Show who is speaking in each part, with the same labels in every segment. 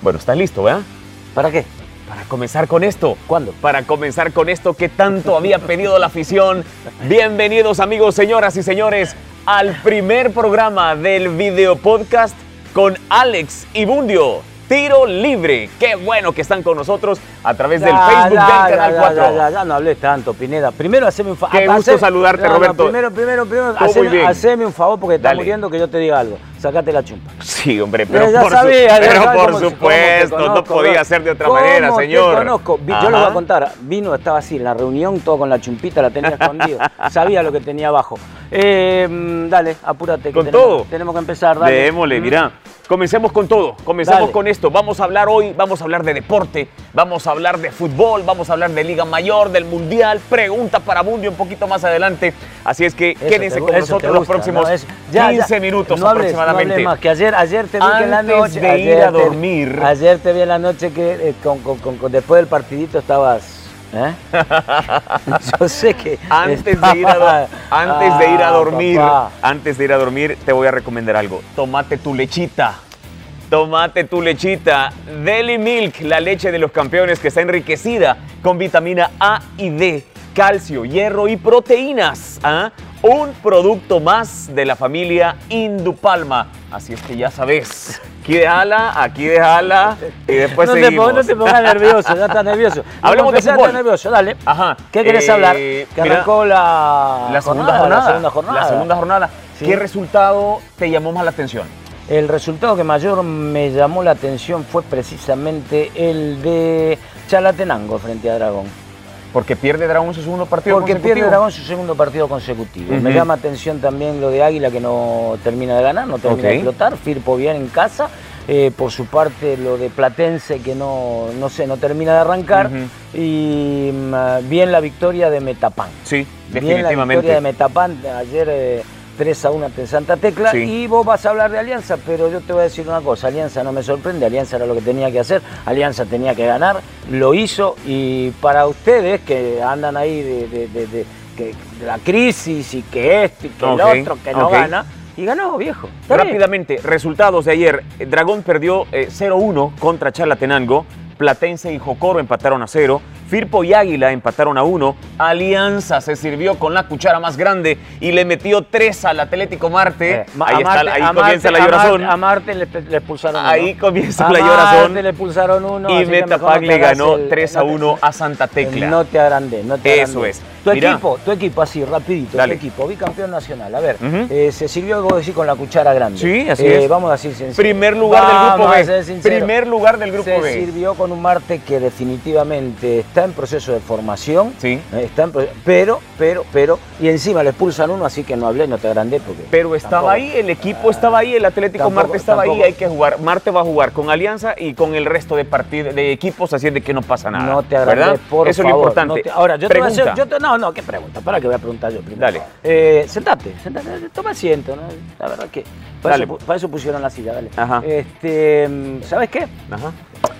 Speaker 1: Bueno, está listo, ¿verdad?
Speaker 2: ¿Para qué?
Speaker 1: Para comenzar con esto.
Speaker 2: ¿Cuándo?
Speaker 1: Para comenzar con esto que tanto había pedido la afición. Bienvenidos amigos, señoras y señores, al primer programa del video podcast con Alex Ibundio. Tiro libre. Qué bueno que están con nosotros a través del
Speaker 2: Ya,
Speaker 1: Facebook
Speaker 2: ya,
Speaker 1: del
Speaker 2: ya,
Speaker 1: Canal
Speaker 2: ya,
Speaker 1: 4.
Speaker 2: ya, ya, no hables tanto, Pineda. Primero haceme un favor.
Speaker 1: Qué gusto saludarte, Roberto.
Speaker 2: primero, primero, primero,
Speaker 1: Todo muy
Speaker 2: haceme,
Speaker 1: bien.
Speaker 2: haceme un favor porque está
Speaker 1: Dale.
Speaker 2: muriendo que yo te diga algo. Sacate la chumpa.
Speaker 1: Sí, hombre, pero
Speaker 2: Ya
Speaker 1: por, su-
Speaker 2: sabía, ya
Speaker 1: pero por
Speaker 2: sabía cómo- cómo te
Speaker 1: supuesto, no
Speaker 2: conozco,
Speaker 1: podía
Speaker 2: bro.
Speaker 1: ser de otra
Speaker 2: ¿Cómo
Speaker 1: manera,
Speaker 2: te
Speaker 1: señor.
Speaker 2: conozco? Vi- Yo lo voy
Speaker 1: Ajá.
Speaker 2: a contar. Vino, estaba así, en la reunión, todo con la chumpita, la tenía escondida. Sabía lo que tenía abajo. Eh, mm, dale, apúrate. que
Speaker 1: Con
Speaker 2: tenemos,
Speaker 1: todo.
Speaker 2: Tenemos que empezar, dale.
Speaker 1: Démosle,
Speaker 2: Mm.
Speaker 1: mirá. Comencemos con todo, comencemos
Speaker 2: Dale.
Speaker 1: con esto. Vamos a hablar hoy, vamos a hablar de deporte, vamos a hablar de fútbol, vamos a hablar de Liga Mayor, del Mundial, pregunta para Mundio un poquito más adelante. Así es que
Speaker 2: Eso
Speaker 1: quédense
Speaker 2: te-
Speaker 1: con
Speaker 2: eso te
Speaker 1: nosotros los
Speaker 2: gusta,
Speaker 1: próximos
Speaker 2: ¿no? Eso- ya, ya.
Speaker 1: 15 minutos
Speaker 2: No hables, No
Speaker 1: aproximadamente.
Speaker 2: hables más, que ayer, ayer te vi que en la
Speaker 1: Antes
Speaker 2: noche.
Speaker 1: de
Speaker 2: ayer
Speaker 1: ir a
Speaker 2: te-
Speaker 1: dormir.
Speaker 2: ayer te vi en la noche que eh, con- con- con- con- después del partidito estabas. ¿eh? Yo sé que.
Speaker 1: antes de ir a, do-
Speaker 2: estabas-
Speaker 1: antes de ir a
Speaker 2: Ah,
Speaker 1: dormir,
Speaker 2: papá.
Speaker 1: antes de ir a dormir, te voy a recomendar algo. Tómate tu lechita. Tómate tu lechita. Deli Milk, la leche de los campeones que está enriquecida con vitamina A y D, calcio, hierro y proteínas. ¿ah? Un producto más de la familia Indupalma. Así es que ya sabes. Aquí déjala, aquí déjala y después
Speaker 2: no, te
Speaker 1: Pues seguimos.
Speaker 2: pongas, no te pongas nervioso, ya estás nervioso.
Speaker 1: Hablemos de
Speaker 2: Empecé a
Speaker 1: fútbol.
Speaker 2: estar nervioso, dale.
Speaker 1: Ajá.
Speaker 2: ¿Qué querés
Speaker 1: Eh,
Speaker 2: hablar? Que
Speaker 1: mira,
Speaker 2: arrancó la,
Speaker 1: La segunda jornada.
Speaker 2: La segunda jornada.
Speaker 1: La segunda jornada.
Speaker 2: Sí.
Speaker 1: ¿Qué resultado te llamó más la atención?
Speaker 2: El resultado que mayor me llamó la atención fue precisamente el de Chalatenango frente a Dragón.
Speaker 1: Porque pierde Dragón su segundo partido
Speaker 2: Porque pierde
Speaker 1: consecutivo.
Speaker 2: Dragón su segundo partido consecutivo. Me
Speaker 1: Ujú.
Speaker 2: llama atención también lo de Águila que no termina de ganar, no termina
Speaker 1: Ok.
Speaker 2: de explotar. Firpo bien en casa. Eh, por su parte lo de Platense que no, no sé, no termina de arrancar.
Speaker 1: Ujú.
Speaker 2: Y mm, bien la victoria de Metapán.
Speaker 1: Sí,
Speaker 2: Bien la victoria de
Speaker 1: definitivamente.
Speaker 2: Metapán ayer eh, 3 a 1 ante Santa Tecla.
Speaker 1: Sí.
Speaker 2: Y vos vas a hablar de Alianza, pero yo te voy a decir una cosa: Alianza no me sorprende, Alianza era lo que tenía que hacer, Alianza tenía que ganar, lo hizo. Y para ustedes que andan ahí de, de- de- de- que- de la crisis y que esto y que
Speaker 1: Ok,
Speaker 2: el otro, que no
Speaker 1: ok.
Speaker 2: gana, y ganó, viejo. Está bien.
Speaker 1: Rápidamente, resultados de ayer. Eh, Dragón perdió eh, 0-1 contra Chalatenango. Platense y Jocoro empataron a 0. Firpo y Águila empataron a 1. Alianza se sirvió con la cuchara más grande y le metió 3 al Atlético Marte.
Speaker 2: Eh, ma-
Speaker 1: ahí
Speaker 2: a
Speaker 1: está,
Speaker 2: Marte-
Speaker 1: ahí
Speaker 2: a
Speaker 1: comienza
Speaker 2: Marte-
Speaker 1: la
Speaker 2: a Marte-
Speaker 1: llorazón.
Speaker 2: A Marte le, le expulsaron uno.
Speaker 1: Ahí comienza
Speaker 2: A
Speaker 1: la llorazón.
Speaker 2: Marte le expulsaron uno. así
Speaker 1: y
Speaker 2: que mejor no
Speaker 1: Metapac
Speaker 2: te
Speaker 1: le
Speaker 2: hagas
Speaker 1: ganó
Speaker 2: el-
Speaker 1: 3 a
Speaker 2: no te-
Speaker 1: 1 a Santa Tecla.
Speaker 2: Eh, No te agrandé, no te
Speaker 1: Eso
Speaker 2: agrandé.
Speaker 1: es.
Speaker 2: Tu
Speaker 1: Mirá.
Speaker 2: equipo, tu equipo así, rapidito,
Speaker 1: Dale.
Speaker 2: tu equipo, bicampeón nacional. A ver,
Speaker 1: Ujú.
Speaker 2: eh, se sirvió algo decir con la cuchara grande.
Speaker 1: Sí, así
Speaker 2: Eh,
Speaker 1: es.
Speaker 2: Vamos a decir sincero.
Speaker 1: Primer lugar del
Speaker 2: Vamos
Speaker 1: grupo
Speaker 2: a
Speaker 1: B.
Speaker 2: ser sinceros.
Speaker 1: Primer lugar del grupo
Speaker 2: se
Speaker 1: B.
Speaker 2: sirvió con un Marte que definitivamente está en proceso de formación.
Speaker 1: Sí.
Speaker 2: eh, Está en pro- pero, pero, pero, y encima le expulsan uno, así que no hablé, no te agrandé porque.
Speaker 1: Pero estaba
Speaker 2: tampoco.
Speaker 1: ahí, el equipo estaba ahí, el Atlético
Speaker 2: Tampoco,
Speaker 1: Marte estaba ahí,
Speaker 2: tampoco.
Speaker 1: hay que jugar. Marte va a jugar con Alianza y con el resto de partidos, de equipos, así es de que no pasa nada.
Speaker 2: No te
Speaker 1: ¿verdad?
Speaker 2: agrandes, por
Speaker 1: Eso es
Speaker 2: favor.
Speaker 1: lo importante.
Speaker 2: no te- ahora, yo te voy a
Speaker 1: Pregunta.
Speaker 2: hacer. yo te- no, no, ¿qué pregunta? Para que voy a preguntar yo primero.
Speaker 1: Dale.
Speaker 2: Eh, sentate, sentate, toma asiento. ¿no? La verdad que. Para,
Speaker 1: Dale.
Speaker 2: Eso, pu- para eso pusieron la silla, dale.
Speaker 1: Ajá.
Speaker 2: Este, mm, ¿Sabes qué?
Speaker 1: Ajá.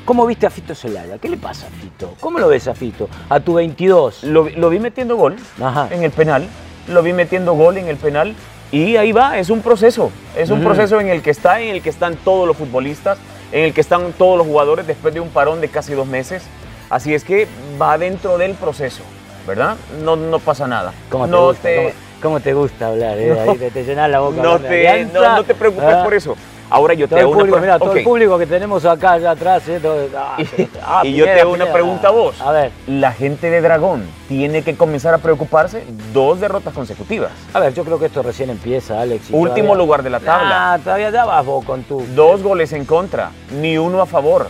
Speaker 2: ¿Cómo viste a Fito Celaya? ¿Qué le pasa a Fito? ¿Cómo lo ves a Fito? A tu 22.
Speaker 1: Lo, vi- lo vi metiendo gol
Speaker 2: Ajá.
Speaker 1: en el penal, lo vi metiendo gol en el penal y ahí va, es un proceso, es un
Speaker 2: Mm.
Speaker 1: proceso en el que está, en el que están todos los futbolistas, en el que están todos los jugadores después de un parón de casi dos meses, así es que va dentro del proceso, ¿verdad? No, no pasa nada.
Speaker 2: ¿Cómo te,
Speaker 1: no
Speaker 2: gusta,
Speaker 1: te-
Speaker 2: cómo, cómo te gusta hablar? eh?
Speaker 1: No.
Speaker 2: Ahí te, te llenas la boca.
Speaker 1: no,
Speaker 2: hablando de
Speaker 1: te,
Speaker 2: Alianza,
Speaker 1: no, no te preocupes
Speaker 2: ¿verdad?
Speaker 1: por eso. Ahora yo te
Speaker 2: ¿Ah? Todo el,
Speaker 1: hago
Speaker 2: público,
Speaker 1: una
Speaker 2: mirá, todo el
Speaker 1: Ok.
Speaker 2: público que tenemos acá, allá atrás. eh, todo- ah,
Speaker 1: Y,
Speaker 2: ah,
Speaker 1: y yo te
Speaker 2: Pineda,
Speaker 1: hago una
Speaker 2: Pineda.
Speaker 1: pregunta a vos.
Speaker 2: A ver.
Speaker 1: La gente de Dragón tiene que comenzar a preocuparse dos derrotas consecutivas.
Speaker 2: A ver, yo creo que esto recién empieza, Alex. y
Speaker 1: Último
Speaker 2: todavía-
Speaker 1: lugar de la tabla.
Speaker 2: Ah, todavía ya vas vos con tu-
Speaker 1: Dos goles en contra, ni uno a favor.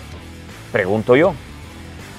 Speaker 1: Pregunto yo.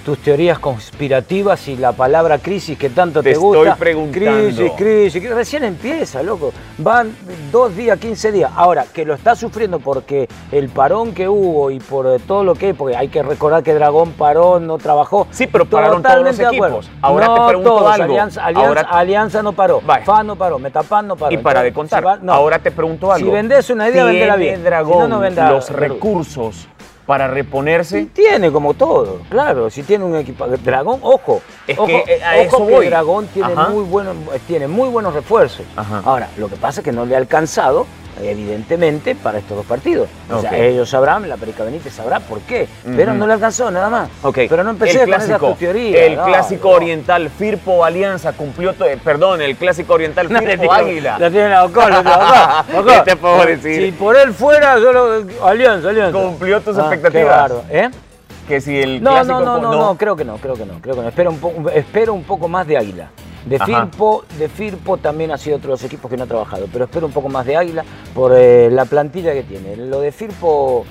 Speaker 2: tus teorías conspirativas y la palabra crisis que tanto
Speaker 1: Te
Speaker 2: te,
Speaker 1: estoy
Speaker 2: gusta.
Speaker 1: preguntando.
Speaker 2: Crisis, crisis, crisis. Recién empieza, loco. Van dos días, 15 días. Ahora, que lo está sufriendo porque el parón que hubo y por eh, todo lo que... Porque hay que recordar que Dragón paró, no trabajó.
Speaker 1: Sí, pero pararon
Speaker 2: Totalmente
Speaker 1: todos los
Speaker 2: de acuerdo.
Speaker 1: equipos. Ahora
Speaker 2: no
Speaker 1: te pregunto
Speaker 2: todos.
Speaker 1: algo.
Speaker 2: Alianza, Alianza-
Speaker 1: Ahora-
Speaker 2: Alianza no paró.
Speaker 1: Vaya.
Speaker 2: FAN no paró. Metapan no paró.
Speaker 1: Y para
Speaker 2: Entonces,
Speaker 1: de contar,
Speaker 2: si va- no.
Speaker 1: ahora te pregunto algo.
Speaker 2: Si vendés una idea, vendela
Speaker 1: ¿Tiene
Speaker 2: bien. Si
Speaker 1: Dragón
Speaker 2: no, no venda-
Speaker 1: los
Speaker 2: verdura.
Speaker 1: recursos para reponerse?
Speaker 2: Sí, tiene como todo, claro. Si tiene un equipo. Dragón, ojo.
Speaker 1: Es
Speaker 2: ojo,
Speaker 1: que, eh, a
Speaker 2: ojo
Speaker 1: eso
Speaker 2: que
Speaker 1: voy.
Speaker 2: Dragón tiene
Speaker 1: Ajá.
Speaker 2: muy, buenos, tiene muy buenos refuerzos.
Speaker 1: Ajá.
Speaker 2: Ahora, lo que pasa es que no le ha alcanzado evidentemente, para estos dos partidos. O sea,
Speaker 1: Ok.
Speaker 2: ellos sabrán, la Perica Benítez sabrá por qué. Pero
Speaker 1: Ujú.
Speaker 2: no le alcanzó, nada más.
Speaker 1: Ok.
Speaker 2: Pero no empecé
Speaker 1: el
Speaker 2: con esa
Speaker 1: clásico,
Speaker 2: tu teoría.
Speaker 1: El
Speaker 2: no,
Speaker 1: clásico
Speaker 2: no.
Speaker 1: oriental Firpo Alianza cumplió, to- eh, perdón, el clásico oriental
Speaker 2: No le
Speaker 1: Firpo
Speaker 2: digo,
Speaker 1: Águila.
Speaker 2: La tiene la Ocon, la tiene la Ocon, Ocon.
Speaker 1: Este pobrecito.
Speaker 2: Si por él fuera, yo lo. Alianza, Alianza.
Speaker 1: Cumplió tus
Speaker 2: Ah,
Speaker 1: expectativas.
Speaker 2: qué bárbaro, ¿eh?
Speaker 1: Que si el
Speaker 2: No,
Speaker 1: clásico
Speaker 2: no, no,
Speaker 1: co-
Speaker 2: no, no, creo que no, creo que no, creo que no. Espero un, poco, espero un poco más de Águila. De
Speaker 1: Ajá.
Speaker 2: Firpo, de Firpo también ha sido otro de los equipos que no ha trabajado, pero espero un poco más de Águila por eh, la plantilla que tiene. Lo de Firpo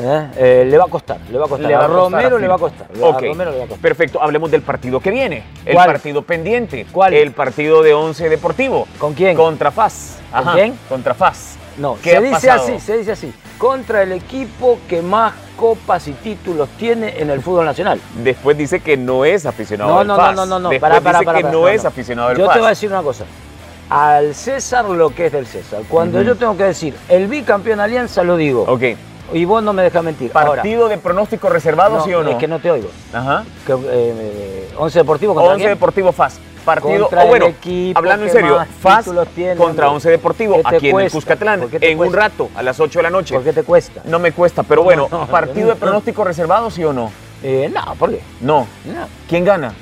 Speaker 2: eh, eh, le va a costar, le va a costar.
Speaker 1: Le va a costar
Speaker 2: Romero
Speaker 1: a
Speaker 2: le va a
Speaker 1: Firpo.
Speaker 2: costar, a
Speaker 1: Ok,
Speaker 2: Romero le va a costar.
Speaker 1: Perfecto, hablemos del partido que viene. El
Speaker 2: ¿Cuál?
Speaker 1: partido pendiente.
Speaker 2: ¿Cuál?
Speaker 1: El partido de Once Deportivo.
Speaker 2: ¿Con quién?
Speaker 1: Contra FAS.
Speaker 2: ¿Con
Speaker 1: Ajá,
Speaker 2: quién?
Speaker 1: Contra FAS.
Speaker 2: No,
Speaker 1: ¿Qué
Speaker 2: se
Speaker 1: ha
Speaker 2: dice
Speaker 1: pasado?
Speaker 2: así, se dice así. Contra el equipo que más copas y títulos tiene en el fútbol nacional.
Speaker 1: Después dice que no es aficionado
Speaker 2: No,
Speaker 1: al
Speaker 2: no, no,
Speaker 1: FAS.
Speaker 2: no, no, no.
Speaker 1: Después
Speaker 2: Pará, pará,
Speaker 1: dice
Speaker 2: pará,
Speaker 1: que
Speaker 2: pará.
Speaker 1: no, es aficionado al
Speaker 2: Yo
Speaker 1: FAS.
Speaker 2: te voy a decir una cosa. Al César lo que es del César. Cuando yo tengo que decir el bicampeón Alianza, lo digo.
Speaker 1: Ok.
Speaker 2: Y vos no me dejas mentir. Ahora,
Speaker 1: ¿Partido de pronóstico reservado,
Speaker 2: no,
Speaker 1: sí o no?
Speaker 2: Es que no te oigo.
Speaker 1: Ajá.
Speaker 2: Que, eh, eh, once Deportivo contra
Speaker 1: 11
Speaker 2: quién?
Speaker 1: Deportivo FAS. Partido,
Speaker 2: Contra
Speaker 1: o bueno,
Speaker 2: el equipo
Speaker 1: hablando en
Speaker 2: que
Speaker 1: serio,
Speaker 2: más
Speaker 1: FAS
Speaker 2: títulos tiene,
Speaker 1: contra
Speaker 2: hombre.
Speaker 1: 11 Deportivo,
Speaker 2: ¿Qué te
Speaker 1: aquí en el
Speaker 2: cuesta?
Speaker 1: Cuscatlán,
Speaker 2: ¿Por qué te
Speaker 1: en un
Speaker 2: cuesta?
Speaker 1: rato, a las 8 de la noche.
Speaker 2: ¿Por qué te cuesta?
Speaker 1: No me cuesta, pero bueno,
Speaker 2: No, no,
Speaker 1: ¿partido
Speaker 2: no.
Speaker 1: de pronóstico reservado, sí o no?
Speaker 2: Eh, no, ¿por qué?
Speaker 1: No.
Speaker 2: No.
Speaker 1: ¿Quién gana?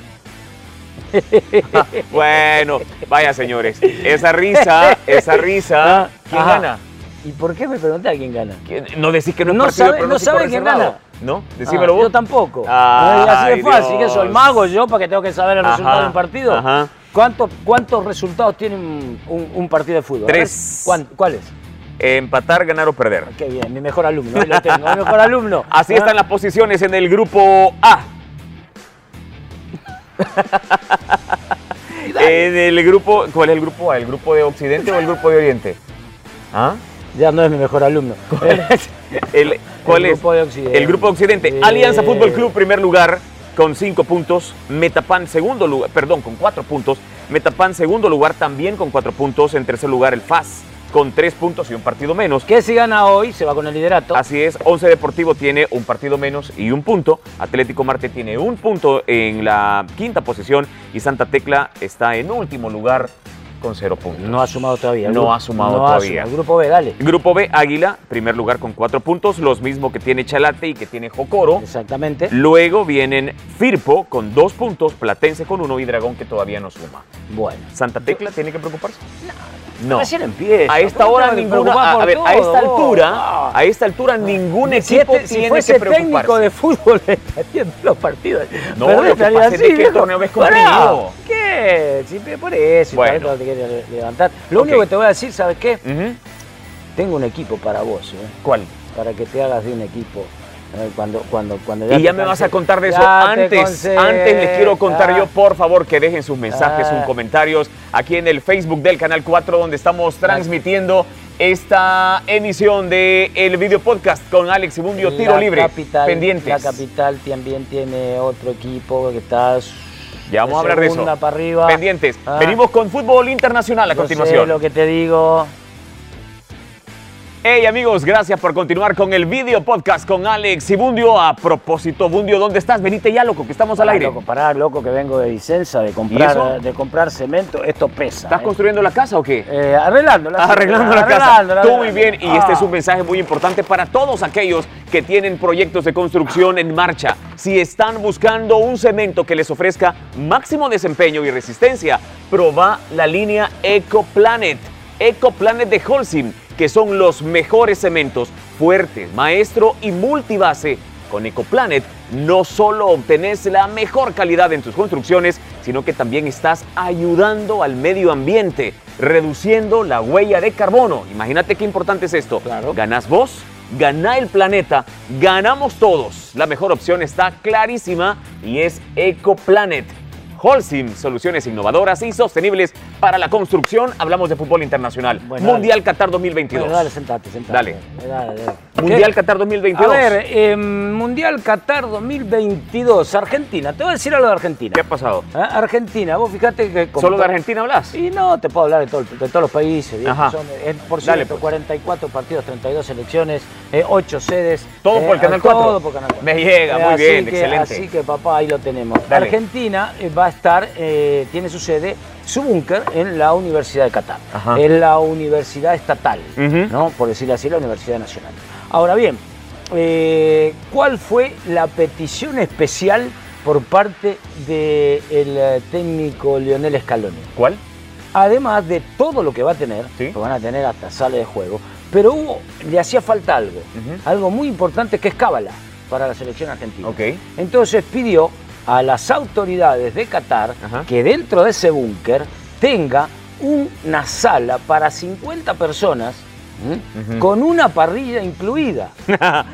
Speaker 1: bueno, vaya señores, esa risa, esa risa, ¿quién
Speaker 2: Ajá.
Speaker 1: gana?
Speaker 2: ¿Y por qué me preguntás quién gana?
Speaker 1: ¿Quién- No decís que no es
Speaker 2: No
Speaker 1: partido
Speaker 2: sabe-
Speaker 1: de
Speaker 2: no
Speaker 1: pronóstico
Speaker 2: sabe quién
Speaker 1: reservado.
Speaker 2: gana.
Speaker 1: ¿No? Decímelo
Speaker 2: Ah,
Speaker 1: vos.
Speaker 2: Yo tampoco.
Speaker 1: Ay,
Speaker 2: No, así de fácil, que soy
Speaker 1: Dios.
Speaker 2: mago yo para que tengo que saber el
Speaker 1: Ajá,
Speaker 2: resultado de un partido.
Speaker 1: ajá.
Speaker 2: ¿Cuánto- ¿Cuántos resultados tiene un, un- un partido de fútbol? A ver,
Speaker 1: Tres.
Speaker 2: ¿cuán- ¿Cuáles?
Speaker 1: Empatar, ganar o perder.
Speaker 2: Qué bien, mi mejor alumno, ahí lo tengo, mi mejor alumno.
Speaker 1: Así
Speaker 2: Ah,
Speaker 1: están las posiciones en el grupo A. en el grupo, ¿cuál es el grupo A? ¿El grupo de Occidente o el grupo de Oriente? ¿Ah?
Speaker 2: Ya no es mi mejor alumno.
Speaker 1: El, ¿Cuál es?
Speaker 2: El grupo de Occidente.
Speaker 1: El grupo de Occidente.
Speaker 2: Bien.
Speaker 1: Alianza Fútbol Club, primer lugar, con cinco puntos. Metapan, segundo lugar, perdón, con cuatro puntos. Metapan, segundo lugar, también con cuatro puntos. En tercer lugar, el FAS, con tres puntos y un partido menos.
Speaker 2: que si gana hoy se va con el liderato.
Speaker 1: Así es, Once Deportivo tiene un partido menos y un punto. Atlético Marte tiene un punto en la quinta posición y Santa Tecla está en último lugar con cero puntos.
Speaker 2: No ha sumado todavía. el
Speaker 1: No
Speaker 2: grupo-
Speaker 1: ha sumado
Speaker 2: no
Speaker 1: todavía.
Speaker 2: sumado. El grupo B, dale.
Speaker 1: Grupo B, Águila, primer lugar con cuatro puntos, los mismos que tiene Chalate y que tiene Jocoro.
Speaker 2: Exactamente.
Speaker 1: Luego vienen Firpo con dos puntos, Platense con uno y Dragón que todavía no suma.
Speaker 2: Bueno.
Speaker 1: ¿Santa Tecla tiene que preocuparse? No.
Speaker 2: Recién empieza.
Speaker 1: A esta hora
Speaker 2: Preocupate,
Speaker 1: ninguna,
Speaker 2: preocupá
Speaker 1: a,
Speaker 2: por
Speaker 1: a ver, a
Speaker 2: todo,
Speaker 1: esta
Speaker 2: vos.
Speaker 1: altura, a esta altura ningún
Speaker 2: Si,
Speaker 1: equipo
Speaker 2: este- si
Speaker 1: tiene
Speaker 2: fuese
Speaker 1: que preocuparse.
Speaker 2: técnico de fútbol, le estaría en los partidos.
Speaker 1: No,
Speaker 2: Pero
Speaker 1: lo que
Speaker 2: estaría
Speaker 1: pasa es de que el
Speaker 2: viejo.
Speaker 1: torneo es
Speaker 2: Pará,
Speaker 1: comprimido.
Speaker 2: ¿Qué? Si, por eso,
Speaker 1: Bueno.
Speaker 2: bueno. te quería le- levantar. Lo
Speaker 1: Ok.
Speaker 2: único que te voy a decir, ¿sabes qué?
Speaker 1: Ujú.
Speaker 2: Tengo un equipo para vos, ¿eh?
Speaker 1: ¿Cuál?
Speaker 2: para que te hagas de un equipo. eh, Cuando, cuando, cuando
Speaker 1: Y
Speaker 2: te
Speaker 1: ya me vas
Speaker 2: canses.
Speaker 1: a contar de eso.
Speaker 2: Ya te
Speaker 1: Antes,
Speaker 2: cansé, Ah,
Speaker 1: antes les quiero contar
Speaker 2: ya.
Speaker 1: yo, por favor, que dejen sus mensajes,
Speaker 2: Ah.
Speaker 1: sus comentarios aquí en el Facebook del Canal 4, donde estamos transmitiendo esta emisión de el video podcast con Alex Ibundio,
Speaker 2: La
Speaker 1: tiro libre,
Speaker 2: capital-
Speaker 1: pendientes.
Speaker 2: La capital también tiene otro equipo que está.
Speaker 1: ya vamos a hablar de eso.
Speaker 2: segunda Para arriba.
Speaker 1: Pendientes.
Speaker 2: Ah.
Speaker 1: Venimos con fútbol internacional a
Speaker 2: Yo sé
Speaker 1: continuación.
Speaker 2: lo que te digo.
Speaker 1: Hey amigos, gracias por continuar con el video podcast con Alex Ibundio. A propósito, Bundio, ¿dónde estás? Venite ya, loco, que estamos al
Speaker 2: Pará,
Speaker 1: aire.
Speaker 2: Loco, pará, loco, que vengo de Vicenza, de
Speaker 1: ¿Y
Speaker 2: comprar,
Speaker 1: eso?
Speaker 2: de comprar cemento. Esto pesa.
Speaker 1: ¿Estás
Speaker 2: eh.
Speaker 1: construyendo la casa o qué?
Speaker 2: Eh, arreglándola. sí,
Speaker 1: Arreglando la casa.
Speaker 2: arreglándola,
Speaker 1: Tú muy bien.
Speaker 2: arreglándola.
Speaker 1: Y este es un
Speaker 2: Ah.
Speaker 1: mensaje muy importante para todos aquellos que tienen proyectos de construcción en marcha. Si están buscando un cemento que les ofrezca máximo desempeño y resistencia, proba la línea EcoPlanet. EcoPlanet de Holcim, que son los mejores cementos, fuertes, maestro y multibase. Con EcoPlanet no solo obtenés la mejor calidad en tus construcciones, sino que también estás ayudando al medio ambiente, reduciendo la huella de carbono. Imagínate qué importante es esto.
Speaker 2: Claro.
Speaker 1: Ganás vos, gana el planeta, ganamos todos. La mejor opción está clarísima y es EcoPlanet. Holcim, soluciones innovadoras y sostenibles para la construcción. Hablamos de fútbol internacional.
Speaker 2: Bueno,
Speaker 1: Mundial Qatar 2022.
Speaker 2: Bueno, dale, sentate, sentate.
Speaker 1: Dale.
Speaker 2: Dale, dale.
Speaker 1: Mundial
Speaker 2: ¿Qué?
Speaker 1: Qatar 2022.
Speaker 2: A ver, eh, Mundial Qatar 2022, Argentina. Te voy a decir algo de Argentina.
Speaker 1: ¿Qué ha pasado?
Speaker 2: Ah, Argentina, vos fijate que... como
Speaker 1: ¿Solo de
Speaker 2: to-
Speaker 1: Argentina hablas?
Speaker 2: Y no, te puedo hablar de, todo el- de todos los países. viejo.
Speaker 1: Ajá.
Speaker 2: Son, eh, por
Speaker 1: Dale,
Speaker 2: cierto,
Speaker 1: pues.
Speaker 2: 44 partidos, 32 selecciones, 8 sedes. eh,
Speaker 1: Todo por el Canal 4.
Speaker 2: Todo por Canal 4.
Speaker 1: Me llega, muy
Speaker 2: así
Speaker 1: bien,
Speaker 2: que-
Speaker 1: excelente.
Speaker 2: Así que, papá, ahí lo tenemos.
Speaker 1: Dale.
Speaker 2: Argentina eh, va a estar, eh, tiene su sede su búnker en la Universidad de Qatar,
Speaker 1: Ajá.
Speaker 2: en la Universidad Estatal,
Speaker 1: Ujú.
Speaker 2: ¿no? por decirlo así, la Universidad Nacional. Ahora bien, eh, ¿cuál fue la petición especial por parte del eh, técnico Lionel Scaloni?
Speaker 1: ¿Cuál?
Speaker 2: además de todo lo que va a tener,
Speaker 1: Sí.
Speaker 2: que van a tener hasta sala de juego, pero hubo, le hacía falta algo,
Speaker 1: Ujú.
Speaker 2: algo muy importante que es cábala para la selección argentina.
Speaker 1: Ok.
Speaker 2: Entonces pidió a las autoridades de Qatar
Speaker 1: Ajá.
Speaker 2: que dentro de ese búnker tenga una sala para 50 personas ¿m?
Speaker 1: Ujú.
Speaker 2: con una parrilla incluida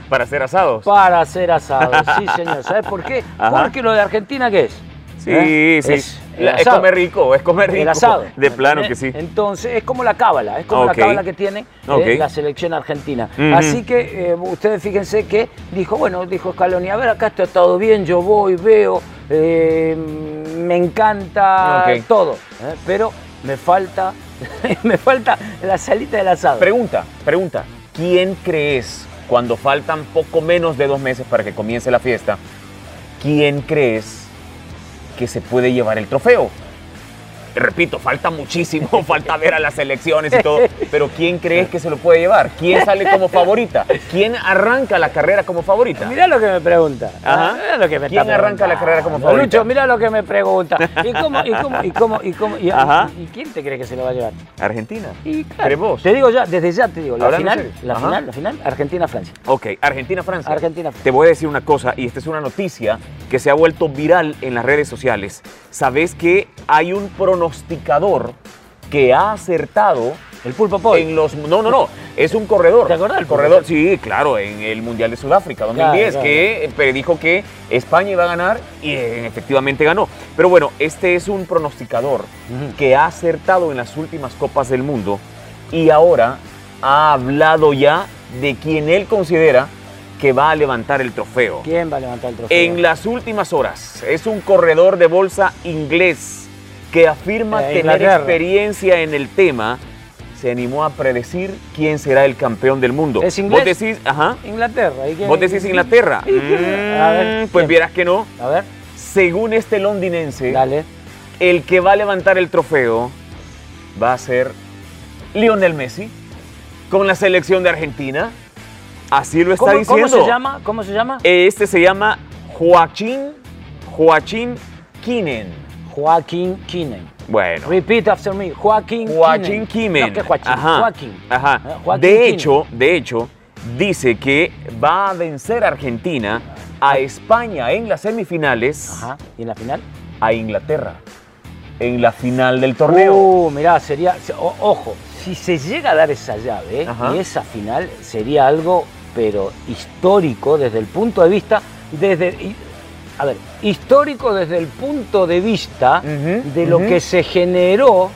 Speaker 1: Para hacer asados.
Speaker 2: para hacer asado. Sí, señor. ¿Sabes por qué?
Speaker 1: Ajá.
Speaker 2: Porque lo de Argentina, ¿qué es?
Speaker 1: sí,
Speaker 2: ¿Eh?
Speaker 1: sí.
Speaker 2: Es el
Speaker 1: La- Es,
Speaker 2: asado.
Speaker 1: comer rico, es comer rico.
Speaker 2: El asado. ¿Eh?
Speaker 1: De
Speaker 2: ¿me
Speaker 1: plano que
Speaker 2: entendés?
Speaker 1: sí. Ah,
Speaker 2: Entonces, es como la cábala, es como
Speaker 1: Ok.
Speaker 2: la cábala que tiene eh,
Speaker 1: Ok.
Speaker 2: la selección argentina.
Speaker 1: Ujú.
Speaker 2: Así que eh, ustedes fíjense que dijo, bueno, dijo Scaloni, a ver, acá está todo bien, yo voy, veo, eh, me encanta
Speaker 1: Ok.
Speaker 2: todo, ¿eh? pero me falta, me falta la salita del asado.
Speaker 1: Pregunta, pregunta. ¿Quién crees, cuando faltan poco menos de dos meses para que comience la fiesta, quién crees que se puede llevar el trofeo? Te repito, falta muchísimo, falta ver a las elecciones y todo, pero ¿quién crees que se lo puede llevar? ¿Quién sale como favorita? ¿Quién arranca la carrera como favorita?
Speaker 2: Mirá lo que me pregunta. ¿eh?
Speaker 1: Ajá.
Speaker 2: Mirá lo que me
Speaker 1: ¿Quién
Speaker 2: está
Speaker 1: arranca la carrera como
Speaker 2: preguntando.
Speaker 1: favorita?
Speaker 2: Lucho, mirá lo que me pregunta. ¿Y cómo, y cómo, y cómo, y cómo? y-
Speaker 1: Ajá.
Speaker 2: y- y quién te cree que se lo va a llevar?
Speaker 1: Argentina.
Speaker 2: Y
Speaker 1: ¿Crees vos?
Speaker 2: Te digo ya, desde ya te digo, la
Speaker 1: Hablando en
Speaker 2: final,
Speaker 1: serio.
Speaker 2: la
Speaker 1: Ajá.
Speaker 2: final, la final, Argentina-Francia.
Speaker 1: Ok, Argentina-Francia.
Speaker 2: Argentina-Francia.
Speaker 1: Te voy a decir una cosa, y esta es una noticia que se ha vuelto viral en las redes sociales. Sabes que hay un pronosticador que ha acertado
Speaker 2: El pulpo poi.
Speaker 1: en los. No, no, no. Es un corredor.
Speaker 2: ¿Te acordás?
Speaker 1: El corredor, sí, claro, en el Mundial de Sudáfrica 2010,
Speaker 2: Claro,
Speaker 1: que predijo que España iba a ganar y eh, efectivamente ganó. Pero bueno, este es un pronosticador
Speaker 2: Ujú.
Speaker 1: que ha acertado en las últimas Copas del Mundo y ahora ha hablado ya de quien él considera que va a levantar el trofeo.
Speaker 2: ¿Quién va a levantar el trofeo?
Speaker 1: En las últimas horas es un corredor de bolsa inglés que afirma
Speaker 2: Eh,
Speaker 1: tener
Speaker 2: Inglaterra.
Speaker 1: experiencia en el tema. Se animó a predecir quién será el campeón del mundo.
Speaker 2: ¿Es
Speaker 1: Vos
Speaker 2: inglés?
Speaker 1: decís, ajá.
Speaker 2: Inglaterra. ¿y quién-
Speaker 1: Vos decís Inglaterra.
Speaker 2: ¿Y quién? a ver,
Speaker 1: Mm, pues
Speaker 2: ¿quién?
Speaker 1: vieras que no.
Speaker 2: A ver,
Speaker 1: Según este londinense,
Speaker 2: dale.
Speaker 1: el que va a levantar el trofeo va a ser Lionel Messi con la selección de Argentina. Así lo está
Speaker 2: ¿Cómo, cómo
Speaker 1: diciendo.
Speaker 2: se llama? ¿Cómo se llama?
Speaker 1: Este se llama Joaquín, Joaquín Kinen.
Speaker 2: Joaquín Kinen.
Speaker 1: Bueno,
Speaker 2: Repeat after me. Joaquín Kinen.
Speaker 1: Joaquín Kimen.
Speaker 2: No, ¿qué Joaquín?
Speaker 1: Ajá,
Speaker 2: Joaquín.
Speaker 1: ajá.
Speaker 2: ¿Eh? Joaquín
Speaker 1: de
Speaker 2: Kinen.
Speaker 1: hecho, de hecho, dice que va a vencer a Argentina, a España en las semifinales,
Speaker 2: Ajá. ¿Y en la final?
Speaker 1: a Inglaterra en la final del torneo.
Speaker 2: Uh, mirá, sería. se- o- ojo, si se llega a dar esa llave
Speaker 1: Ajá.
Speaker 2: y esa final sería algo, pero histórico desde el punto de vista. Desde, y- a ver, histórico desde el punto de vista
Speaker 1: Ujú,
Speaker 2: de lo
Speaker 1: ujú.
Speaker 2: que se generó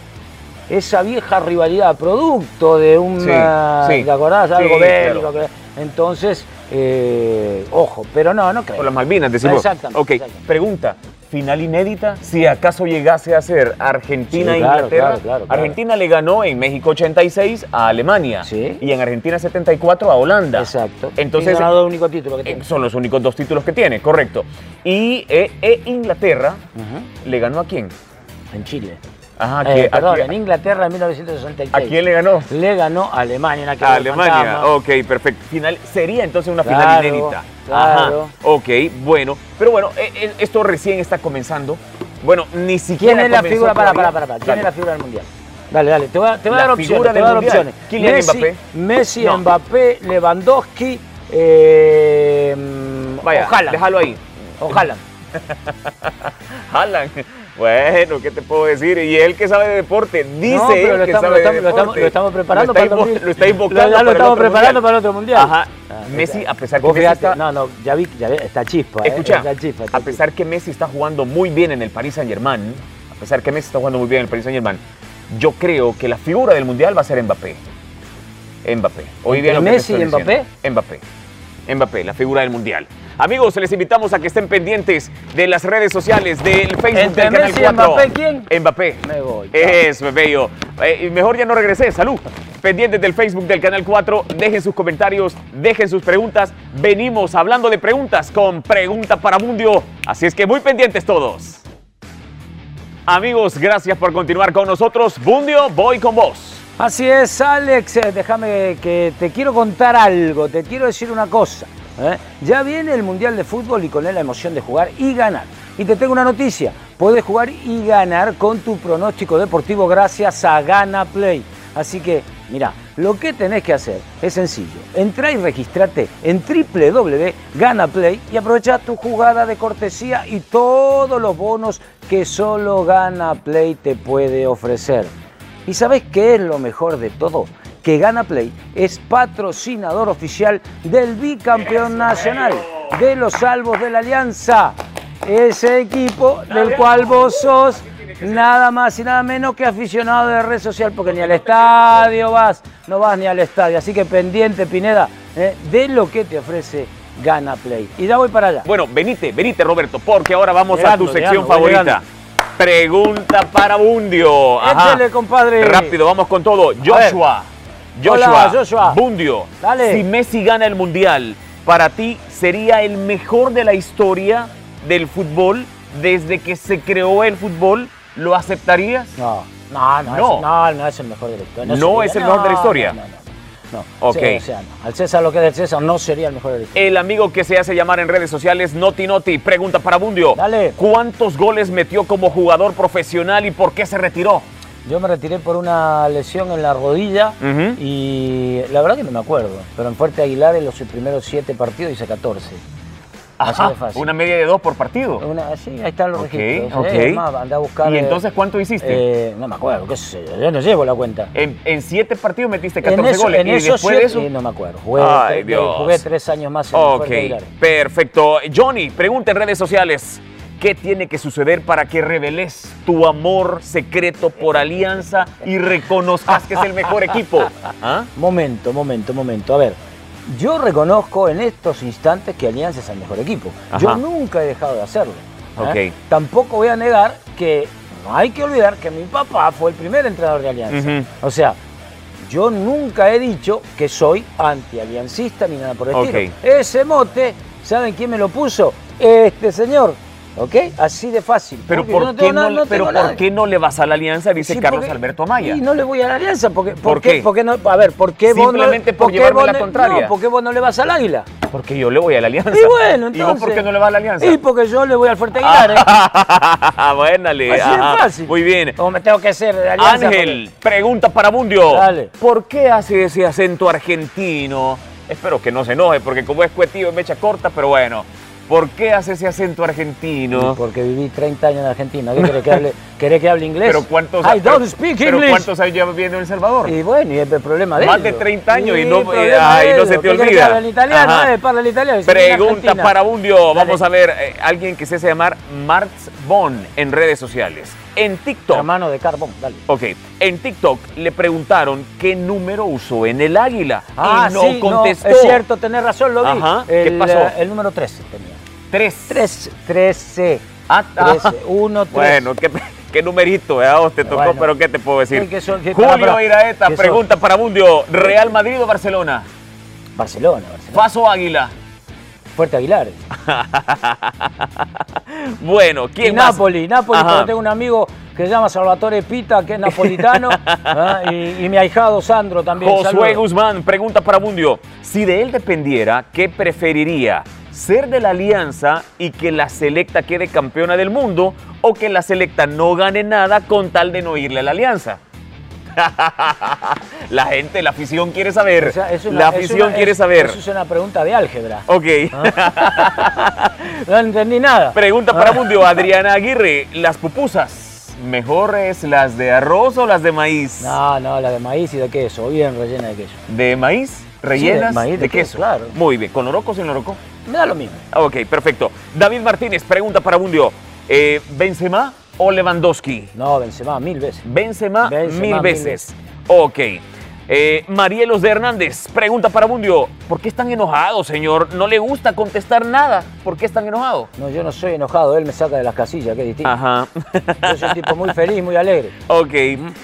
Speaker 2: esa vieja rivalidad, producto de un.
Speaker 1: Sí, sí.
Speaker 2: ¿Te acordás? Algo
Speaker 1: Sí,
Speaker 2: bélico,
Speaker 1: claro.
Speaker 2: que- Entonces, eh, ojo, pero no, no creo.
Speaker 1: Por las Malvinas, decimos.
Speaker 2: Exactamente,
Speaker 1: Ok,
Speaker 2: exactamente.
Speaker 1: pregunta. Final inédita, si acaso llegase a ser Argentina
Speaker 2: Sí,
Speaker 1: e
Speaker 2: claro,
Speaker 1: Inglaterra.
Speaker 2: claro, claro, claro.
Speaker 1: Argentina le ganó en México 86 a Alemania
Speaker 2: Sí.
Speaker 1: y en Argentina 74 a Holanda.
Speaker 2: Exacto.
Speaker 1: Entonces,
Speaker 2: Y ganador único título que
Speaker 1: eh,
Speaker 2: tiene.
Speaker 1: son los únicos dos títulos que tiene, correcto. Y eh, e Inglaterra
Speaker 2: Ujú,
Speaker 1: le ganó a quién?
Speaker 2: En Chile.
Speaker 1: Ajá,
Speaker 2: Eh,
Speaker 1: Ah, que-
Speaker 2: perdón,
Speaker 1: a,
Speaker 2: en
Speaker 1: quién-
Speaker 2: Inglaterra en 1966.
Speaker 1: ¿a quién le ganó?
Speaker 2: Le ganó a Alemania en aquel
Speaker 1: A Ah, Alemania,
Speaker 2: fantasma.
Speaker 1: ok, perfecto. Final, sería entonces una final
Speaker 2: Claro,
Speaker 1: inédita.
Speaker 2: claro.
Speaker 1: Ajá, ok, bueno. Pero bueno, eh, eh, esto recién está comenzando. Bueno, ni siquiera.
Speaker 2: ¿Quién es la
Speaker 1: comenzó
Speaker 2: figura? Para,
Speaker 1: todavía.
Speaker 2: para, para, para. ¿Quién
Speaker 1: Dale.
Speaker 2: es la figura del mundial? Dale, dale, te voy a, te voy a
Speaker 1: La
Speaker 2: dar opciones.
Speaker 1: figura
Speaker 2: Te voy a dar
Speaker 1: del Mundial.
Speaker 2: opciones.
Speaker 1: Kylian
Speaker 2: Messi,
Speaker 1: Mbappé.
Speaker 2: Messi,
Speaker 1: No.
Speaker 2: Mbappé, Lewandowski, eh, mm,
Speaker 1: Vaya,
Speaker 2: Ojalá.
Speaker 1: déjalo ahí.
Speaker 2: Ojalá.
Speaker 1: Jalan. Bueno, ¿qué te puedo decir? Y él que sabe de deporte, dice
Speaker 2: No, pero
Speaker 1: él
Speaker 2: lo
Speaker 1: que
Speaker 2: estamos-
Speaker 1: sabe
Speaker 2: lo
Speaker 1: de
Speaker 2: estamos- lo estamos-
Speaker 1: deporte.
Speaker 2: lo estamos preparando
Speaker 1: Lo está,
Speaker 2: para el
Speaker 1: invo-
Speaker 2: 2000.
Speaker 1: lo está invocando
Speaker 2: Lo- ya lo
Speaker 1: para el
Speaker 2: estamos
Speaker 1: otro
Speaker 2: preparando
Speaker 1: mundial.
Speaker 2: para el otro mundial.
Speaker 1: Ajá.
Speaker 2: Ah,
Speaker 1: Messi,
Speaker 2: está.
Speaker 1: a pesar que
Speaker 2: Vos
Speaker 1: Messi
Speaker 2: fíjate,
Speaker 1: está-
Speaker 2: No, no, ya vi, ya vi, está chispa. eh,
Speaker 1: Escucha,
Speaker 2: está chispa, está
Speaker 1: a pesar que Messi está jugando muy bien en el Paris Saint Germain, a pesar que Messi está jugando muy bien en el Paris Saint Germain, yo creo que la figura del mundial va a ser Mbappé. Mbappé. Hoy día
Speaker 2: ¿Entre
Speaker 1: lo que te
Speaker 2: Messi
Speaker 1: estoy
Speaker 2: y
Speaker 1: diciendo. Mbappé. Mbappé, la figura del mundial. Amigos, les invitamos a que estén pendientes de las redes sociales del Facebook
Speaker 2: Entre
Speaker 1: del Canal
Speaker 2: Messi y
Speaker 1: 4.
Speaker 2: Mbappé, ¿quién?
Speaker 1: Mbappé.
Speaker 2: Me voy, chao.
Speaker 1: Eso, bello. Eh, y mejor ya no regresé. Salud. Pendientes del Facebook del Canal 4. Dejen sus comentarios, dejen sus preguntas. Venimos hablando de preguntas con Pregunta para Mundio. Así es que muy pendientes todos. Amigos, gracias por continuar con nosotros. Bundio, voy con vos.
Speaker 2: Así es, Alex, eh, déjame que te quiero contar algo, te quiero decir una cosa. ¿eh? Ya viene el Mundial de Fútbol y con él la emoción de jugar y ganar. Y te tengo una noticia, puedes jugar y ganar con tu pronóstico deportivo gracias a Gana Play. Así que, mira, lo que tenés que hacer es sencillo. Entrá y registrate en www.ganaplay y aprovecha tu jugada de cortesía y todos los bonos que solo GanaPlay te puede ofrecer. ¿Y sabés qué es lo mejor de todo? Que GanaPlay es patrocinador oficial del bicampeón nacional de los salvos de la Alianza. Ese equipo del cual vos sos nada más y nada menos que aficionado de red social, porque ni al estadio vas, no vas ni al estadio. Así que pendiente, Pineda, eh, de lo que te ofrece Gana Play. Y ya voy para allá.
Speaker 1: Bueno, venite, venite Roberto, porque ahora vamos a
Speaker 2: Llegando,
Speaker 1: tu sección
Speaker 2: llegando, voy
Speaker 1: favorita.
Speaker 2: llegando.
Speaker 1: Pregunta para Bundio. Ajá.
Speaker 2: Échale, compadre.
Speaker 1: Rápido, vamos con todo.
Speaker 2: ver.
Speaker 1: Joshua. Joshua.
Speaker 2: Hola, Joshua.
Speaker 1: Bundio.
Speaker 2: Dale.
Speaker 1: Si Messi gana el Mundial, ¿para ti sería el mejor de la historia del fútbol desde que se creó el fútbol? ¿Lo aceptarías?
Speaker 2: No, no,
Speaker 1: No.
Speaker 2: no, Es, no, no es el mejor de la historia.
Speaker 1: No
Speaker 2: sería-
Speaker 1: es el mejor de la historia.
Speaker 2: No, no, no, no.
Speaker 1: Ok.
Speaker 2: Sí, o sea, no. Al César lo que es del César no sería el mejor de la historia.
Speaker 1: El amigo que se hace llamar en redes sociales Noti Noti pregunta para Bundio.
Speaker 2: Dale.
Speaker 1: ¿Cuántos goles metió como jugador profesional y por qué se retiró?
Speaker 2: Yo me retiré por una lesión en la rodilla
Speaker 1: Ujú.
Speaker 2: y la verdad que no me acuerdo. Pero en Fuerte Aguilar en los primeros siete partidos hice 14. Así
Speaker 1: Ajá,
Speaker 2: de fácil.
Speaker 1: Una media de dos por partido.
Speaker 2: Una- sí, ahí están los
Speaker 1: Ok,
Speaker 2: registros.
Speaker 1: ok.
Speaker 2: eh, es más, andá a buscar.
Speaker 1: ¿Y
Speaker 2: eh,
Speaker 1: entonces cuánto hiciste?
Speaker 2: eh, no me acuerdo, qué sé yo, yo no llevo la cuenta.
Speaker 1: en, en siete partidos metiste
Speaker 2: En
Speaker 1: 14
Speaker 2: eso-
Speaker 1: goles.
Speaker 2: en
Speaker 1: y
Speaker 2: esos
Speaker 1: después de
Speaker 2: siete-
Speaker 1: eso.
Speaker 2: eh, no me acuerdo. Jugué,
Speaker 1: Ay,
Speaker 2: eh,
Speaker 1: Dios.
Speaker 2: jugué tres años más en
Speaker 1: ok,
Speaker 2: Fuerte Aguilar.
Speaker 1: perfecto. Johnny, pregunta en redes sociales. ¿Qué tiene que suceder para que reveles tu amor secreto por Alianza y reconozcas que es el mejor equipo? ¿Ah?
Speaker 2: Momento, momento, momento. A ver, yo reconozco en estos instantes que Alianza es el mejor equipo. Yo
Speaker 1: Ajá.
Speaker 2: nunca he dejado de hacerlo. ¿eh?
Speaker 1: Ok.
Speaker 2: Tampoco voy a negar que no hay que olvidar que mi papá fue el primer entrenador de Alianza.
Speaker 1: Ujú.
Speaker 2: O sea, yo nunca he dicho que soy antialiancista ni nada por el estilo.
Speaker 1: Ok.
Speaker 2: Ese mote, ¿saben quién me lo puso? Este señor. ¿Ok? Así de fácil.
Speaker 1: Pero,
Speaker 2: Porque
Speaker 1: ¿por,
Speaker 2: yo no
Speaker 1: qué
Speaker 2: tengo
Speaker 1: no,
Speaker 2: nada- no
Speaker 1: pero
Speaker 2: tengo
Speaker 1: ¿por
Speaker 2: nada.
Speaker 1: qué no le vas a la Alianza? Dice
Speaker 2: Sí,
Speaker 1: Carlos
Speaker 2: porque-
Speaker 1: Alberto Amaya.
Speaker 2: Y no le voy a la alianza. Porque,
Speaker 1: ¿Por
Speaker 2: porque-
Speaker 1: qué?
Speaker 2: porque no, a ver, ¿por qué vos no-
Speaker 1: Simplemente por
Speaker 2: qué
Speaker 1: llevarme
Speaker 2: vos
Speaker 1: la
Speaker 2: no-
Speaker 1: contraria.
Speaker 2: No, porque vos no le vas al águila.
Speaker 1: Porque yo le voy a la Alianza.
Speaker 2: Y bueno, entonces.
Speaker 1: ¿Y vos por qué no le vas a la Alianza?
Speaker 2: Y porque yo le voy al Fuerte Aguilar. ¿eh?
Speaker 1: Buénale.
Speaker 2: Así de
Speaker 1: ajá.
Speaker 2: fácil.
Speaker 1: ah,
Speaker 2: Oh,
Speaker 1: Muy bien.
Speaker 2: O me tengo que hacer de alianza.
Speaker 1: Ángel, pregunta para Mundio.
Speaker 2: Dale.
Speaker 1: ¿Por qué hace ese acento argentino? Espero que no se enoje, porque como es cuetillo es mecha corta, pero bueno. ¿Por qué hace ese acento
Speaker 2: porque-
Speaker 1: argentino?
Speaker 2: Porque viví 30 años en Argentina. ¿Qué querés que hable, querés que hable inglés?
Speaker 1: Pero cuántos,
Speaker 2: I don't
Speaker 1: pero-
Speaker 2: speak
Speaker 1: pero
Speaker 2: English. Eh,
Speaker 1: cuántos años lleva viviendo en El Salvador?
Speaker 2: Y bueno, y es el problema de
Speaker 1: Más
Speaker 2: ellos.
Speaker 1: de 30 años y no- eh,
Speaker 2: el problema
Speaker 1: ay,
Speaker 2: de
Speaker 1: no se
Speaker 2: ellos.
Speaker 1: te
Speaker 2: ¿Qué querés que
Speaker 1: olvida?
Speaker 2: hable en italiano,
Speaker 1: Ajá.
Speaker 2: eh, para el italiano. si viví en
Speaker 1: Pregunta
Speaker 2: Argentina.
Speaker 1: para Bundio.
Speaker 2: Dale.
Speaker 1: Vamos a ver eh, alguien que se hace llamar Marx Bon en redes sociales. En TikTok.
Speaker 2: Hermano de carbón, dale.
Speaker 1: Ok, en TikTok le preguntaron qué número usó en el águila y Ah, no
Speaker 2: Ah, sí,
Speaker 1: contestó.
Speaker 2: es cierto, tenés razón, lo vi.
Speaker 1: Ajá,
Speaker 2: El,
Speaker 1: ¿qué pasó?
Speaker 2: eh, El número 13 tenía.
Speaker 1: Tres.
Speaker 2: 13, 13.
Speaker 1: Ah, ah.
Speaker 2: 13, 1, 13.
Speaker 1: Bueno, qué, qué numerito, ¿eh? A vos te tocó,
Speaker 2: Bueno.
Speaker 1: pero ¿qué te puedo decir?
Speaker 2: Sí, que son- que-
Speaker 1: Julio
Speaker 2: para, para.
Speaker 1: Iraeta,
Speaker 2: Que son-
Speaker 1: pregunta para Bundio. ¿Real Madrid o Barcelona?
Speaker 2: Barcelona, Barcelona.
Speaker 1: Paso Águila.
Speaker 2: Fuerte Aguilar.
Speaker 1: Bueno,
Speaker 2: Y
Speaker 1: ¿quién más?
Speaker 2: Napoli, Napoli,
Speaker 1: Ajá.
Speaker 2: porque tengo un amigo que se llama Salvatore Pita, que es napolitano, ah, y, y mi ahijado Sandro también.
Speaker 1: Josué
Speaker 2: saludos.
Speaker 1: Guzmán, pregunta para Mundio. Si de él dependiera, ¿qué preferiría? ¿Ser de la alianza y que la selecta quede campeona del mundo o que la selecta no gane nada con tal de no irle a la alianza? la gente, la afición quiere saber.
Speaker 2: O sea, es una-
Speaker 1: la
Speaker 2: es
Speaker 1: afición
Speaker 2: una-
Speaker 1: quiere
Speaker 2: es-
Speaker 1: saber.
Speaker 2: Eso es Ah. una pregunta de álgebra.
Speaker 1: Ok.
Speaker 2: No entendí nada.
Speaker 1: pregunta
Speaker 2: Ah.
Speaker 1: para Mundio. Adriana Aguirre, las pupusas, ¿mejores las de arroz o las de maíz?
Speaker 2: No, no, la de maíz y de queso, bien rellena de queso.
Speaker 1: ¿De maíz? ¿Rellenas?
Speaker 2: maíz,
Speaker 1: de,
Speaker 2: de queso,
Speaker 1: queso.
Speaker 2: claro.
Speaker 1: Muy bien. ¿Con oroco o sin oroco?
Speaker 2: Me da lo mismo.
Speaker 1: Ok, perfecto. David Martínez, pregunta para Bundio. Eh, ¿Benzema o Lewandowski?
Speaker 2: No, Benzema, mil veces.
Speaker 1: Benzema,
Speaker 2: Benzema,
Speaker 1: mil
Speaker 2: mil
Speaker 1: veces. Ok. Eh, Marielos de Hernández, pregunta para Bundio. ¿Por qué están enojados, señor? No le gusta contestar nada. ¿Por qué están enojados?
Speaker 2: No, yo no soy enojado, él me saca de las casillas, qué distinto.
Speaker 1: Ajá.
Speaker 2: Yo soy un tipo muy feliz, muy alegre.
Speaker 1: ok.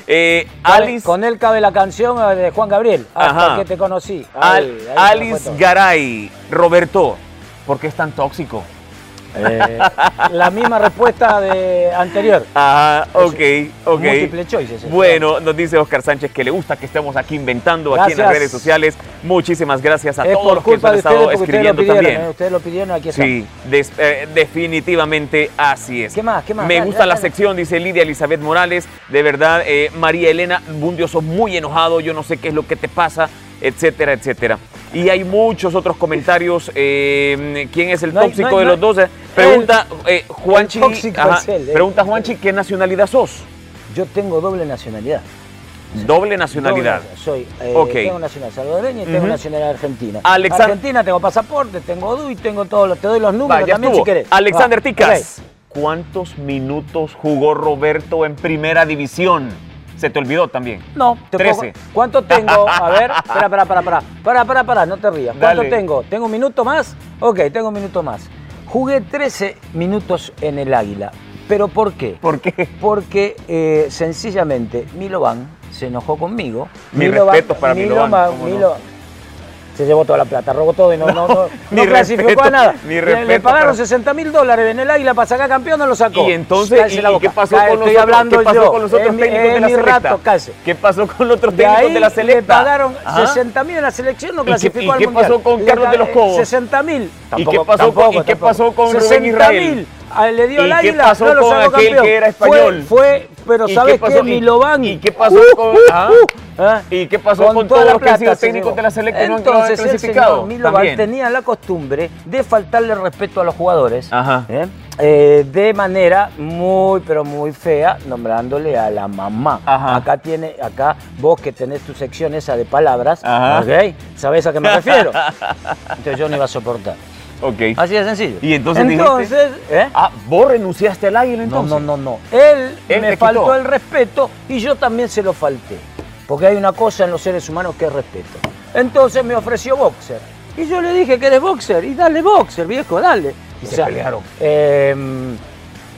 Speaker 1: Eh, Alice,
Speaker 2: Con él cabe la canción eh, de Juan Gabriel, hasta
Speaker 1: Ajá.
Speaker 2: que te conocí.
Speaker 1: Al-
Speaker 2: Ahí, ahí se la
Speaker 1: Alice
Speaker 2: fue todo.
Speaker 1: Garay, Roberto, ¿por qué es tan tóxico?
Speaker 2: Eh, la misma respuesta de anterior.
Speaker 1: Ajá, ok, ok.
Speaker 2: Múltiple choice es esto.
Speaker 1: Bueno, nos dice Oscar Sánchez que le gusta que estemos aquí inventando aquí en las
Speaker 2: Gracias.
Speaker 1: redes sociales. Muchísimas gracias a
Speaker 2: es
Speaker 1: todos
Speaker 2: por
Speaker 1: los que nos
Speaker 2: culpa
Speaker 1: han
Speaker 2: de ustedes
Speaker 1: estado
Speaker 2: porque ustedes lo
Speaker 1: escribiendo
Speaker 2: pidieron.
Speaker 1: también.
Speaker 2: ¿eh? Ustedes lo pidieron, aquí está.
Speaker 1: Sí, des- eh, definitivamente así es.
Speaker 2: ¿Qué más? ¿Qué más?
Speaker 1: Me
Speaker 2: Dale,
Speaker 1: gusta
Speaker 2: dale,
Speaker 1: la
Speaker 2: dale.
Speaker 1: sección, dice Lidia Elizabeth Morales. De verdad, eh, María Elena Bundio, sos muy enojado, yo no sé qué es lo que te pasa, etcétera, etcétera. Y hay muchos otros comentarios. eh, ¿Quién es el
Speaker 2: No hay-
Speaker 1: tóxico
Speaker 2: no hay-
Speaker 1: de
Speaker 2: no
Speaker 1: los
Speaker 2: hay-
Speaker 1: 12? Pregunta eh, Juanchi.
Speaker 2: el tóxico
Speaker 1: ajá,
Speaker 2: es él, eh.
Speaker 1: pregunta Juanchi, ¿qué nacionalidad sos?
Speaker 2: Yo tengo doble nacionalidad.
Speaker 1: Doble nacionalidad.
Speaker 2: Doble nacionalidad. soy, eh,
Speaker 1: Ok.
Speaker 2: tengo nacionalidad salvadoreña y tengo
Speaker 1: Ujú.
Speaker 2: nacionalidad argentina.
Speaker 1: Alexan-
Speaker 2: Argentina, tengo pasaporte, tengo DUI, tengo todos los, te doy los números
Speaker 1: Va, ya
Speaker 2: también
Speaker 1: estuvo.
Speaker 2: si querés.
Speaker 1: Alexander
Speaker 2: Va,
Speaker 1: Ticas. ¿Cuántos minutos jugó Roberto en primera división? Se te olvidó también.
Speaker 2: ok. No, te puedo-
Speaker 1: Trece.
Speaker 2: ¿Cuánto tengo? A ver, espera, espera, espera, espera, espera, espera, espera, no te rías. ¿Cuánto
Speaker 1: Dale.
Speaker 2: tengo? ¿Tengo un minuto más? Ok, tengo un minuto más. Jugué 13 minutos en el Águila. ¿Pero por qué?
Speaker 1: ¿Por qué?
Speaker 2: Porque eh, sencillamente Milovan se enojó conmigo.
Speaker 1: Mis
Speaker 2: Milovan-
Speaker 1: respetos para Milovan, cómo no.
Speaker 2: Milo- se llevó toda la plata, robó todo y no, no, no, no
Speaker 1: mi
Speaker 2: clasificó
Speaker 1: respeto,
Speaker 2: a nada.
Speaker 1: mi
Speaker 2: Le- le
Speaker 1: respeto
Speaker 2: pagaron
Speaker 1: para-
Speaker 2: 60 mil dólares en el águila para sacar campeón, no lo sacó.
Speaker 1: Y entonces,
Speaker 2: Cállese
Speaker 1: ¿y,
Speaker 2: la
Speaker 1: y qué
Speaker 2: boca.
Speaker 1: pasó
Speaker 2: Cállese,
Speaker 1: con los
Speaker 2: estoy
Speaker 1: otros,
Speaker 2: hablando
Speaker 1: qué pasó
Speaker 2: yo.
Speaker 1: con los otros
Speaker 2: Es mi-
Speaker 1: técnicos de
Speaker 2: es
Speaker 1: la
Speaker 2: mi
Speaker 1: selecta?
Speaker 2: rato, cállese.
Speaker 1: ¿Qué pasó con los otros
Speaker 2: De
Speaker 1: técnicos
Speaker 2: ahí
Speaker 1: de la ¿Ah? selecta?
Speaker 2: le pagaron
Speaker 1: Ajá.
Speaker 2: 60 mil a la selección, no
Speaker 1: ¿Y qué-
Speaker 2: clasificó
Speaker 1: y
Speaker 2: al
Speaker 1: qué
Speaker 2: mundial.
Speaker 1: pasó con
Speaker 2: Le
Speaker 1: Carlos de los
Speaker 2: ca-
Speaker 1: Cobos?
Speaker 2: 60 mil.
Speaker 1: ¿Y qué pasó con- y qué pasó con Rubén Israel?
Speaker 2: Ah, Le dio
Speaker 1: ¿Y
Speaker 2: el
Speaker 1: qué
Speaker 2: águila,
Speaker 1: pasó
Speaker 2: no lo
Speaker 1: con
Speaker 2: sacó
Speaker 1: aquel
Speaker 2: campeón.
Speaker 1: que era
Speaker 2: Fue-
Speaker 1: español?
Speaker 2: Fue, pero
Speaker 1: ¿Y qué
Speaker 2: ¿sabes
Speaker 1: pasó?
Speaker 2: qué?
Speaker 1: ¿Y-
Speaker 2: Milovan.
Speaker 1: y qué pasó con- ajá.
Speaker 2: Uh, ¿Ah?
Speaker 1: ¿Y qué pasó con
Speaker 2: toda
Speaker 1: todos
Speaker 2: la
Speaker 1: los que han sido
Speaker 2: plata,
Speaker 1: técnicos
Speaker 2: señor?
Speaker 1: de la selecta y no han quedado
Speaker 2: Entonces, el
Speaker 1: clasificados?
Speaker 2: señor Milovan
Speaker 1: También.
Speaker 2: tenía la costumbre de faltarle respeto a los jugadores
Speaker 1: Ajá.
Speaker 2: ¿eh? Eh, de manera muy, pero muy fea, nombrándole a la mamá.
Speaker 1: Ajá.
Speaker 2: Acá tiene, acá vos que tenés tu sección esa de palabras,
Speaker 1: Ajá.
Speaker 2: ¿ok? ¿Sabés a qué me refiero? Entonces yo no iba a soportar.
Speaker 1: Ok.
Speaker 2: Así de sencillo.
Speaker 1: ¿Y entonces dijiste?
Speaker 2: Entonces, ¿eh?
Speaker 1: Ah, vos renunciaste al águila
Speaker 2: No,
Speaker 1: entonces.
Speaker 2: no, no, no. Él,
Speaker 1: Él te
Speaker 2: me
Speaker 1: quitó.
Speaker 2: faltó el respeto y yo también se lo falté. Porque hay una cosa en los seres humanos que es respeto. Entonces me ofreció boxer. Y yo le dije que eres boxer. Y dale boxer, viejo, dale.
Speaker 1: Y se pelearon.
Speaker 2: em,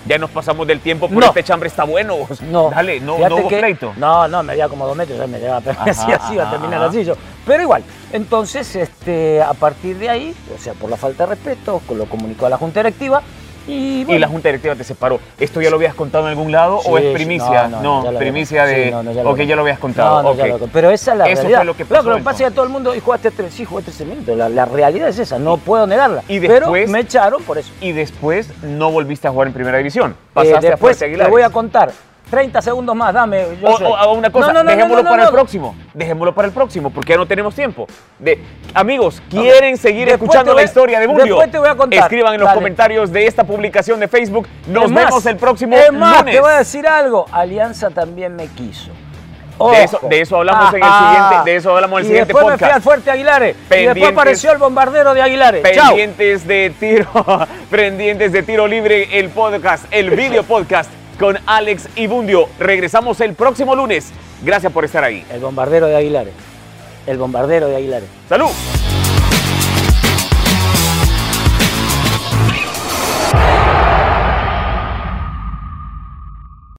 Speaker 1: Ya nos pasamos del tiempo, por
Speaker 2: No.
Speaker 1: este chambre está bueno. vos.
Speaker 2: pues, no.
Speaker 1: Dale, no,
Speaker 2: Fíjate
Speaker 1: no hubo
Speaker 2: que-
Speaker 1: pleito.
Speaker 2: No, no, me veía como dos metros, ya me llegaba a así,
Speaker 1: Ajá,
Speaker 2: así iba a
Speaker 1: ajá,
Speaker 2: terminar
Speaker 1: ajá.
Speaker 2: así yo. Pero igual, entonces, este, a partir de ahí, o sea, por la falta de respeto, lo comunicó a la Junta Directiva y
Speaker 1: Y
Speaker 2: bueno,
Speaker 1: la junta directiva te separó. ¿Esto ya lo habías contado en algún lado o
Speaker 2: Sí,
Speaker 1: es
Speaker 2: sí,
Speaker 1: primicia?
Speaker 2: no, no,
Speaker 1: No,
Speaker 2: ya lo
Speaker 1: primicia
Speaker 2: había-
Speaker 1: de.
Speaker 2: sí, no, no, ya lo
Speaker 1: ok,
Speaker 2: había-
Speaker 1: ya lo habías contado.
Speaker 2: No, no, ya
Speaker 1: ok.
Speaker 2: lo hago. pero esa es la
Speaker 1: Eso
Speaker 2: realidad.
Speaker 1: fue lo que pasó.
Speaker 2: No, pero pasa que
Speaker 1: entonces.
Speaker 2: todo el mundo, y jugaste tres, sí, jugaste tres minutos. La, la realidad es esa, no puedo negarla.
Speaker 1: Y después-
Speaker 2: pero me echaron por eso.
Speaker 1: Y después no volviste a jugar en primera división.
Speaker 2: Eh,
Speaker 1: Pasaste
Speaker 2: después
Speaker 1: a Fuerte
Speaker 2: te
Speaker 1: Aguilar.
Speaker 2: voy a contar. 30 segundos más, dame. yo
Speaker 1: O,
Speaker 2: sé.
Speaker 1: o- o una cosa,
Speaker 2: No, no, no,
Speaker 1: dejémoslo
Speaker 2: no, no,
Speaker 1: para
Speaker 2: no.
Speaker 1: el próximo. Dejémoslo para el próximo, porque ya no tenemos tiempo. De, amigos, ¿quieren seguir
Speaker 2: Después
Speaker 1: escuchando
Speaker 2: te voy
Speaker 1: la
Speaker 2: a-
Speaker 1: historia de Bundio?
Speaker 2: después te voy a contar.
Speaker 1: Escriban en los
Speaker 2: Dale.
Speaker 1: comentarios de esta publicación de Facebook. Nos
Speaker 2: Es más,
Speaker 1: vemos el próximo
Speaker 2: Es más,
Speaker 1: lunes.
Speaker 2: te voy a decir algo. Alianza también me quiso.
Speaker 1: De eso-
Speaker 2: Ojo. Ah,
Speaker 1: de eso hablamos en el siguiente- de eso hablamos en el
Speaker 2: Y
Speaker 1: siguiente
Speaker 2: después Me fui
Speaker 1: podcast.
Speaker 2: al Fuerte Aguilares. Y
Speaker 1: Pendientes-
Speaker 2: después apareció el bombardero de Aguilares. Chao.
Speaker 1: pendientes de tiro, pendientes de tiro libre, el podcast, el video podcast con Alex y Bundio. Regresamos el próximo lunes. Gracias por estar ahí.
Speaker 2: El bombardero de Aguilares. El bombardero de Aguilares.
Speaker 1: Salud.